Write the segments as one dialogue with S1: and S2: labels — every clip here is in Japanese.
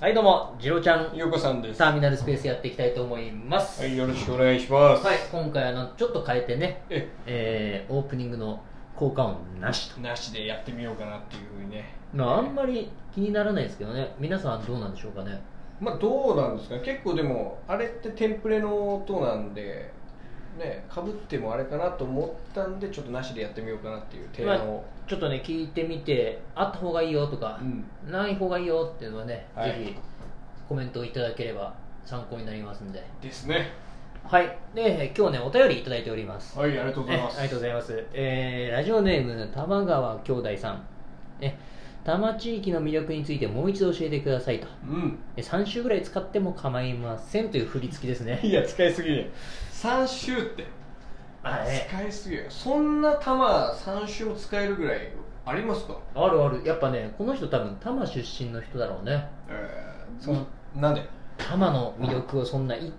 S1: はいどうもジロちゃん
S2: ゆうこさんです。
S1: タ
S2: は
S1: ーミナルスペースやっていきたいと思いますはい、
S2: い、よろしくお願いします。
S1: 今回はなんとちょっと変えてね、
S2: え、
S1: えー、オープニングの効果音なしと
S2: なしでやってみようかなっていうふうにね。
S1: まああんまり気にならないですけどね皆さんどうなんでしょうかね
S2: まあ、どうなんですか。結構でも、あれってテンプレの音なんで。ね、かぶってもあれかなと思ったんで、ちょっとなしでやってみようかなっていう提案を。
S1: ちょっとね聞いてみてあった方がいいよとか
S2: う、ん。
S1: ない方がいいよっていうのはね、
S2: はい
S1: ぜひコメントをいただければ参考になりますんで
S2: ですね。
S1: はいで今日ねお便りいただいております
S2: はい、ありがとうございます。
S1: えありがとうございます、えーラジオネーム玉川兄弟さんえ多摩地域の魅力についてもう一度教えてくださいと
S2: うん。
S1: え3週ぐらい使っても構いませんという振り付きですね
S2: いや、使いすぎ。三週って。
S1: あね
S2: 使いすぎ。そんな玉、三週も使えるぐらい。ありますか。
S1: あるあるやっぱねこの人多分多摩出身の人だろうね
S2: ええ
S1: そん
S2: なんで。
S1: 多摩の魅力をそんな 1,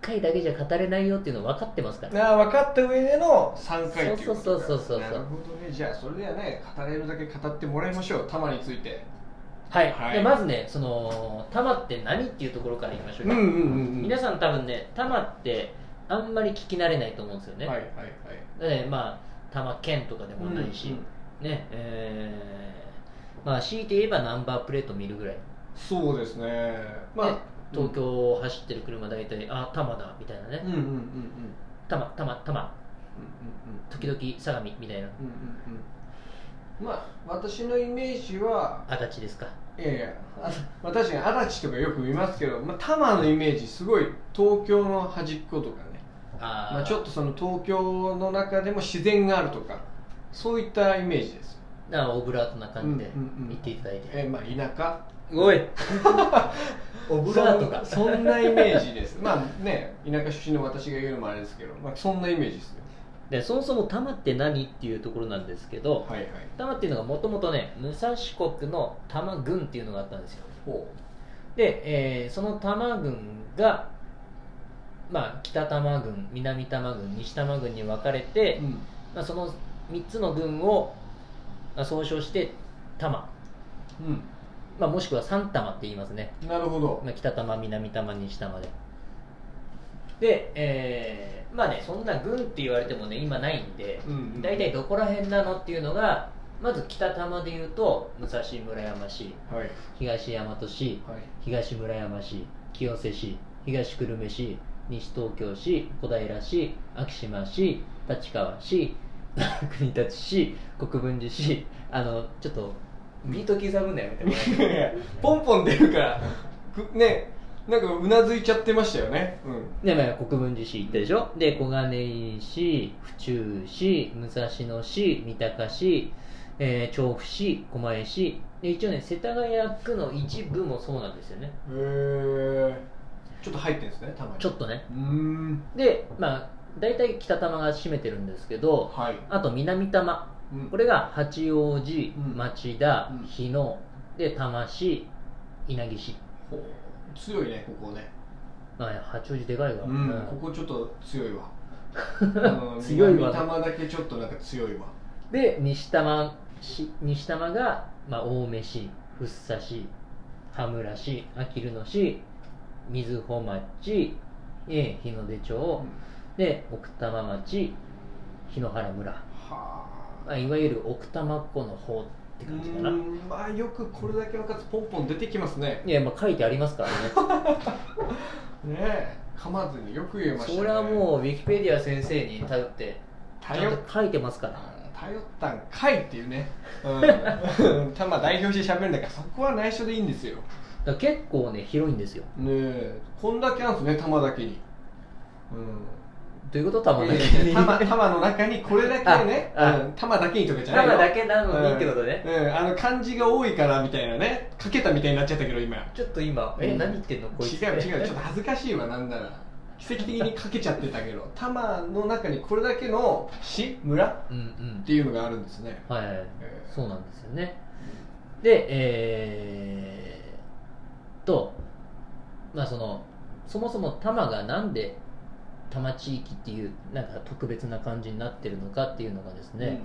S1: 回だけじゃ語れないよっていうの分かってますから
S2: あー分かった上での3回っていうこと
S1: そうそうそうそうそう
S2: なるほどねじゃあそれではね語れるだけ語ってもらいましょう玉について
S1: はい、
S2: はい
S1: でまずねその多摩って何っていうところからいきましょうよ、
S2: ん
S1: 皆
S2: さ
S1: さん多分ね多摩ってあんまり聞き慣れないと思うんですよね、
S2: はいはいはい
S1: だからねまあ多摩県とかでもないし、
S2: うんうん
S1: ねえーまあ強いて言えばナンバープレート見るぐらい
S2: そうですねま
S1: ね
S2: あ
S1: 東京を走ってる車大体、あ多摩だみたいな
S2: うん
S1: ね
S2: うんうんうんうん
S1: 多摩多摩多摩時
S2: うんうん
S1: 々相模みたいな
S2: うんうんうんまあ私のイメージは
S1: 足立ですか
S2: いやいやあまあ確かに足立とかよく見ますけど、まあ、多摩のイメージすごい東京の端っことかね
S1: あー、
S2: まあ、ちょっとその東京の中でも自然があるとかそういったイメージです
S1: なんかオブラートな感じで
S2: うんうんうん
S1: 言っていただいて、
S2: えーまあ田舎
S1: おいオブラートか
S2: そんそんなイメージです まあね田舎出身の私が言うのもあれですけど、まあ、そんなイメージですよ
S1: でそもそも多摩って何っていうところなんですけど、
S2: はいはい
S1: 多摩っていうのがもともとね武蔵国の多摩郡っていうのがあったんですよ
S2: ほ
S1: で、えーその多摩郡が、まあ、北多摩郡南多摩郡西多摩郡に分かれて、
S2: うん、
S1: まあ、その3つの郡を、まあ、総称して多摩、まあ、もしくは三多摩って言いますね、
S2: なるほど
S1: まあ、北多摩南多摩西多摩でで、えーまあねそんな郡って言われてもね今ないんで、
S2: うんうん
S1: 大体どこら辺なのっていうのがまず北多摩で言うと武蔵村山市
S2: はい
S1: 東大和市
S2: はい
S1: 東村山市清瀬市東久留米市西東京市小平市昭島市立川市 国立市国分寺市あのちょっとビート刻むなよ みたいな
S2: ポンポン出るから くねなんかうなずいちゃってましたよねうん
S1: で、まあ、国分寺市行ったでしょで小金井市府中市武蔵野市三鷹市、えー調布市狛江市で一応ね世田谷区の一部もそうなんですよね
S2: へえちょっと入ってんですねたまに
S1: ちょ
S2: っ
S1: っとね
S2: うーん
S1: でまあ大体北多摩が占めてるんですけど、
S2: はい、
S1: あと南多摩
S2: うん
S1: これが八王子
S2: うん
S1: 町田
S2: うん
S1: 日野で多摩市稲城市、
S2: ほう強いねここね
S1: まあ、八王子でかいわ、
S2: うん、
S1: うん
S2: ここちょっと強いわう ん
S1: 強いわ
S2: 南玉だけちょっとなんか強いわ
S1: で西多摩市西多摩が、まあ、青梅市福生市羽村市あきる野市瑞穂町、えー日の出町、で奥多摩町檜原村、
S2: は
S1: まあ、いわゆる奥多摩湖の方って感じかな、
S2: うんまあよくこれだけの数ポンポン出てきますね
S1: いや、まあ、書いてありますからね
S2: ねえ噛まずによく言えましたね
S1: それはもうウィキペディア先生に頼ってち
S2: 頼
S1: ゃ
S2: っ
S1: んと書いてますから
S2: 頼ったんかいっていうね、うん、 たま代表して喋るんだからそこは内緒でいいんですよね
S1: だから結構ね広いんですよ
S2: えこんだけあるんですね玉だけにうん
S1: ということは玉だけ
S2: いやいや玉玉の中にこれだけね、
S1: ああ
S2: うん玉だけにとかじゃない
S1: 玉
S2: よ
S1: だけなのにってことね、
S2: うん、あの漢字が多いからみたいなねかけたみたいになっちゃったけど今
S1: ちょっと今
S2: う
S1: え
S2: ん
S1: 何言ってんのこいつ
S2: 違う違うちょっと恥ずかしいわなんなら奇跡的にかけちゃってたけ ど多摩の中にこれだけの市村っ
S1: うんうん
S2: ていうのがあるんですね
S1: はいはいはい
S2: えー
S1: そうなんですよねでえー、とまあそのそもそも多摩がなんで多摩地域っていうなんか特別な感じになってるのかっていうのがですね、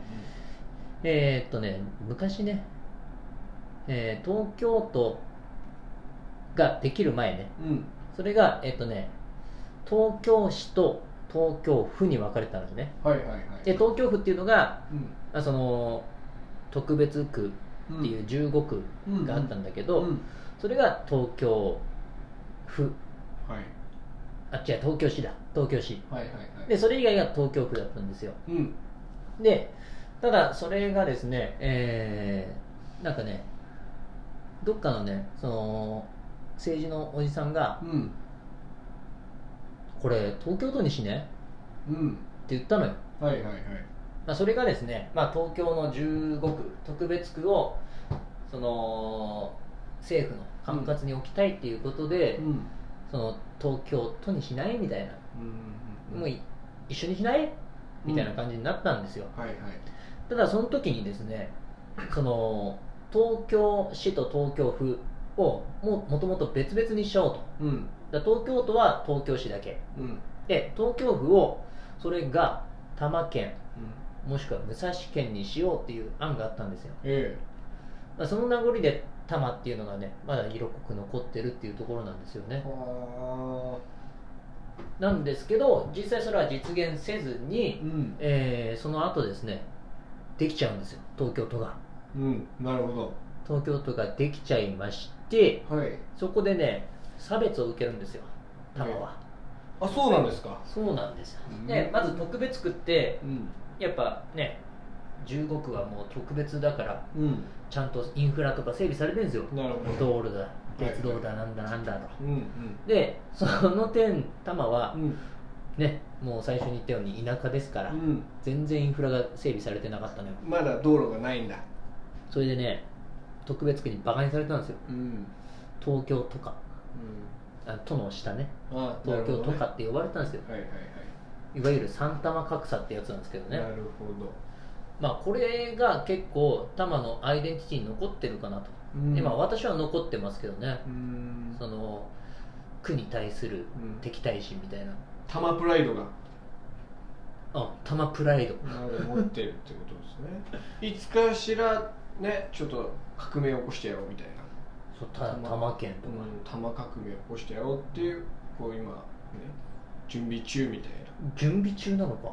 S1: えーっとね、昔ね、えー東京都ができる前ね
S2: うん
S1: それがえっとね東京市と東京府に分かれてたんですね
S2: はいはいはい
S1: で東京府っていうのが
S2: うん
S1: あその特別区
S2: うん
S1: っていう15区があったんだけど、
S2: うんうん
S1: それが東京府
S2: はい
S1: あ違う東京市だ東京市
S2: はいはいはい
S1: でそれ以外が東京府だったんですよ
S2: うん
S1: でただそれがですねえーなんかねどっかのねその政治のおじさんが
S2: うん
S1: 「これ東京都にしね」
S2: うん
S1: って言ったのよ、
S2: はいはいはい
S1: まあ、それがですね、まあ、東京の15区特別区をその政府の管轄に置きたいっていうことで、
S2: うん
S1: その東京都にしないみたいな、
S2: うん
S1: もうい一緒にしないみたいな感じになったんですよ、
S2: はいはい
S1: ただその時にですねその東京市と東京府をももともと別々にしちゃおうと
S2: うん
S1: だから東京都は東京市だけ
S2: うんうん
S1: で東京府をそれが多摩県もしくは武蔵県にしようっていう案があったんですよ、
S2: え
S1: まあ、その名残で多摩っていうのがねまだ色濃く残ってるっていうところなんですよ
S2: え
S1: ね
S2: は
S1: なんですけど実際それは実現せず
S2: あ
S1: に、
S2: うん
S1: えーその後ですねできちゃうんですよ東京都が
S2: うんなるほ
S1: 東京都ができちゃいまして
S2: どはい
S1: そこでね差別を受けるんですよ多摩は、
S2: あそうなんですか
S1: そうなんですよ、
S2: うん
S1: ね、まず特別区って
S2: うん
S1: やっぱね15区はもう特別だから
S2: うん
S1: ちゃんとインフラとか整備されてるんですよ
S2: なるほど
S1: 道路だ鉄道だなんだなんだと
S2: うん
S1: でその点多摩は
S2: うんうん
S1: ねもう最初に言ったように田舎ですから
S2: うん
S1: 全然インフラが整備されてなかったのよ
S2: まだ道路がないんだ
S1: それでね特別区にバカにされたんですよ
S2: うん
S1: 東京とかあ都の下ね
S2: あ
S1: 東京と
S2: なるほどね
S1: かって呼ばれたんですよ
S2: はいはい
S1: いわゆる三玉格差ってやつなんですけど
S2: はい
S1: ね
S2: なるほど
S1: まあこれが結構多摩のアイデンティティに残ってるかなと、でまあ私は残ってますけどね
S2: うん
S1: その区に対する
S2: うん
S1: 敵対心みたいな
S2: タマプライドが
S1: あ多摩プライド
S2: 持ってるってことです ねいつかしらねちょっと革命を起こしてやろうみたいな
S1: そうた多摩県とか、
S2: 多摩革命を起こしてやろうっていうこう今ね準備中みたい
S1: 準備中なのか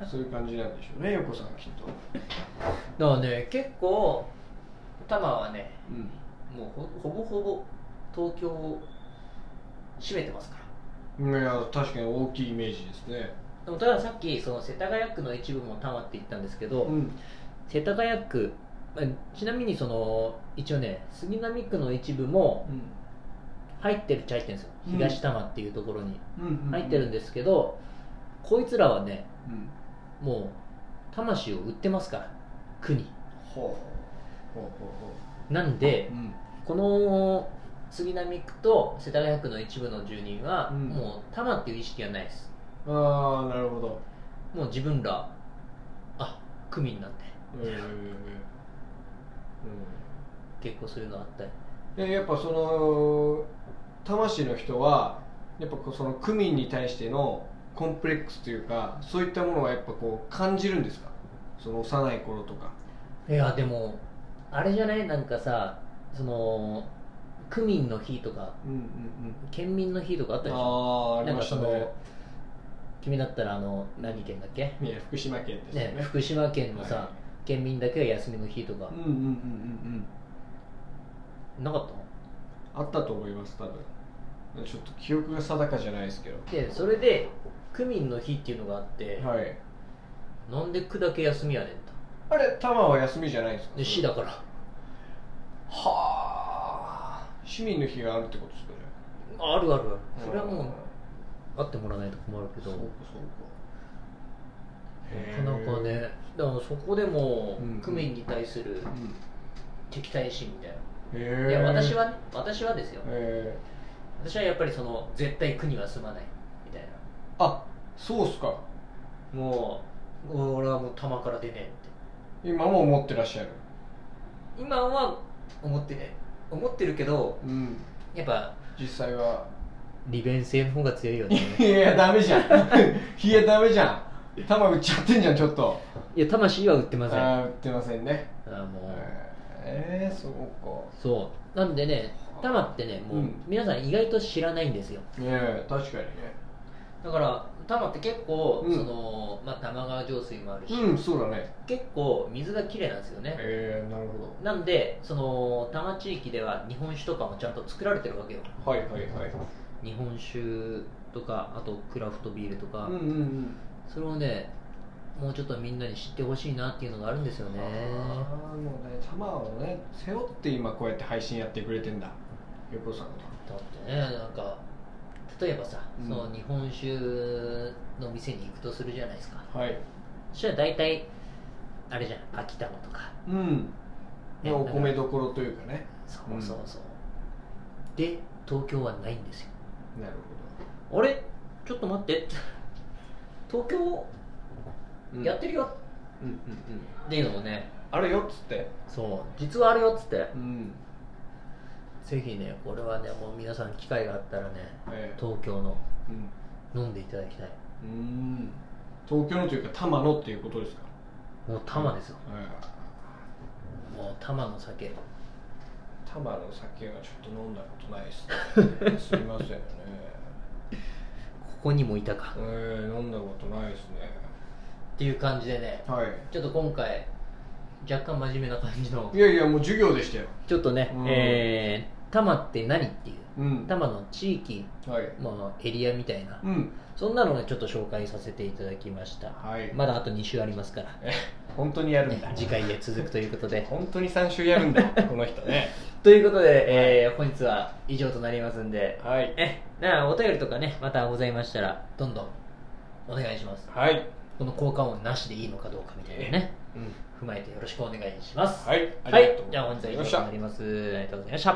S2: なそういう感じなんでしょうね横さんはきっと
S1: だからね結構多摩はね
S2: うん
S1: もうほほぼほぼ東京を占めてますから
S2: いや確かに大きいイメージですね
S1: でもたださっきその世田谷区の一部も多摩って言ったんですけど、
S2: ん
S1: 世田谷区まあちなみにその一応ね杉並区の一部も入ってるっちゃ入ってるんですよ
S2: うん
S1: 東多摩っていうところに
S2: うん
S1: 入ってるん
S2: で
S1: ですけど、こいつらはね
S2: うん
S1: もう魂を売ってますから区に
S2: ほうほうほ
S1: なん
S2: う
S1: で
S2: ほううん
S1: この杉並区と世田谷区の一部の住人は、
S2: うん
S1: もう多摩っていう意識はないです
S2: ああなるほど
S1: もう自分らあ区民なんで
S2: うんうん
S1: 結構そういうのあったり
S2: でやっぱその魂の人はやっぱこうその区民に対してのコンプレックスというかそういったものはやっぱこう感じるんですかその幼い頃とか
S1: いやでもあれじゃないなんかさその区民の日とか
S2: うんうん
S1: 県民の日とかあったでしょ
S2: あああり
S1: なん
S2: ま
S1: か
S2: した
S1: そ
S2: ね
S1: の君だったらあの何県だっけ、
S2: いや福島県ですよ
S1: ね
S2: ね、
S1: 福島県のさ、
S2: は
S1: 県民だけが休みの日とか
S2: い、うんうんうんうんうん
S1: なかったの
S2: あったと思います多分ちょっと記憶が定かじゃないですけど
S1: でそれで区民の日っていうのがあって、
S2: はい
S1: なんで区だけ休みやねんと
S2: あれタマは休みじゃないんですか
S1: で市だから
S2: はあ市民の日があるってことですかね
S1: あるあるあるそれはもうあってもらわないと困るけど
S2: そうか
S1: な
S2: そうか
S1: かなかねだからそこでも
S2: うん
S1: 区民に対する敵対心みたいな、
S2: へえ
S1: いや私はね私はですよ
S2: へえ
S1: 私はやっぱりその絶対区には住まないみたい
S2: あそうっすか
S1: なもう俺はもう玉から出ねえって
S2: 今も思ってらっしゃる
S1: 今は思ってね思ってるけど
S2: うん
S1: やっぱ
S2: 実際は
S1: 利便性の方が強いよね
S2: いやダメじゃん いやダメじゃん玉打っちゃってんじゃんちょっと
S1: いや魂は売って
S2: あ
S1: ませんあ
S2: ー打ってませんね
S1: ーもう
S2: ええそうか
S1: そうなんでね多摩ってねもう
S2: うん
S1: 皆さん意外と知らないんですよ
S2: え確かにね
S1: だから多摩って結構、
S2: うん
S1: そのまあ、多摩川上水もあるし、
S2: うんそうだね
S1: 結構水がきれいなんですよね、
S2: ええなるほ
S1: なんでその多摩地域では日本酒とかもちゃんと作られてるわけよ
S2: どはいはいはい
S1: 日本酒とかあとクラフトビールとか、
S2: うんうんうん
S1: それをねもうちょっとみんなに知ってほしいなっていうのがあるんですよね
S2: ああもうね玉をね背負って今こうやって配信やってくれてんだ横尾さんの
S1: だってねなんか例えばさ、
S2: うん
S1: その日本酒の店に行くとするじゃないですか
S2: はい
S1: そしたら大体あれじゃん秋田のとか
S2: うん
S1: ね
S2: お米どころというかね
S1: そうそうそう、で東京はないんですよ
S2: なる
S1: あれちょっと待って東京
S2: ほど
S1: やってるよ、
S2: うんうんうん
S1: っていうのもね
S2: あれよっつって
S1: そう実はあれよっつって
S2: うん
S1: ぜひねこれはねもう皆さん機会があったらね
S2: ええ
S1: 東京の
S2: うん
S1: 飲んでいただきたいう
S2: ーん東京のというか玉野っていうことですか
S1: もう多摩ですよ、
S2: はい
S1: もう多摩の酒
S2: 玉の酒はちょっと飲んだことな いですねすいませんね
S1: ここにもいたか
S2: ええ飲んだことないですね
S1: っていう感じでね
S2: はい
S1: ちょっと今回若干真面目な感じの
S2: いやいやもう授業でしたよ
S1: ちょっとね、
S2: うん
S1: えー、多摩って何っていう
S2: うん
S1: 多摩の地域、
S2: はい
S1: まあ、エリアみたいな、
S2: うん
S1: そんなのをねちょっと紹介させていただきました、
S2: はい
S1: まだあと2週ありますから、
S2: 本当にやるん
S1: ね
S2: だ
S1: 次回へ続くということで
S2: 本当に3週やるんだこの人ね
S1: ということで、えー、本日は以上となりますんで
S2: はい
S1: えなあお便りとかねまたございましたらどんどんお願いします
S2: はい、
S1: この効果音なしでいいのかどうかみたいなね
S2: うん、
S1: 踏まえてよろしくお願いします
S2: はいあ
S1: は
S2: りが
S1: い
S2: とうございました
S1: じゃあ本日は以上となりますありがとうございました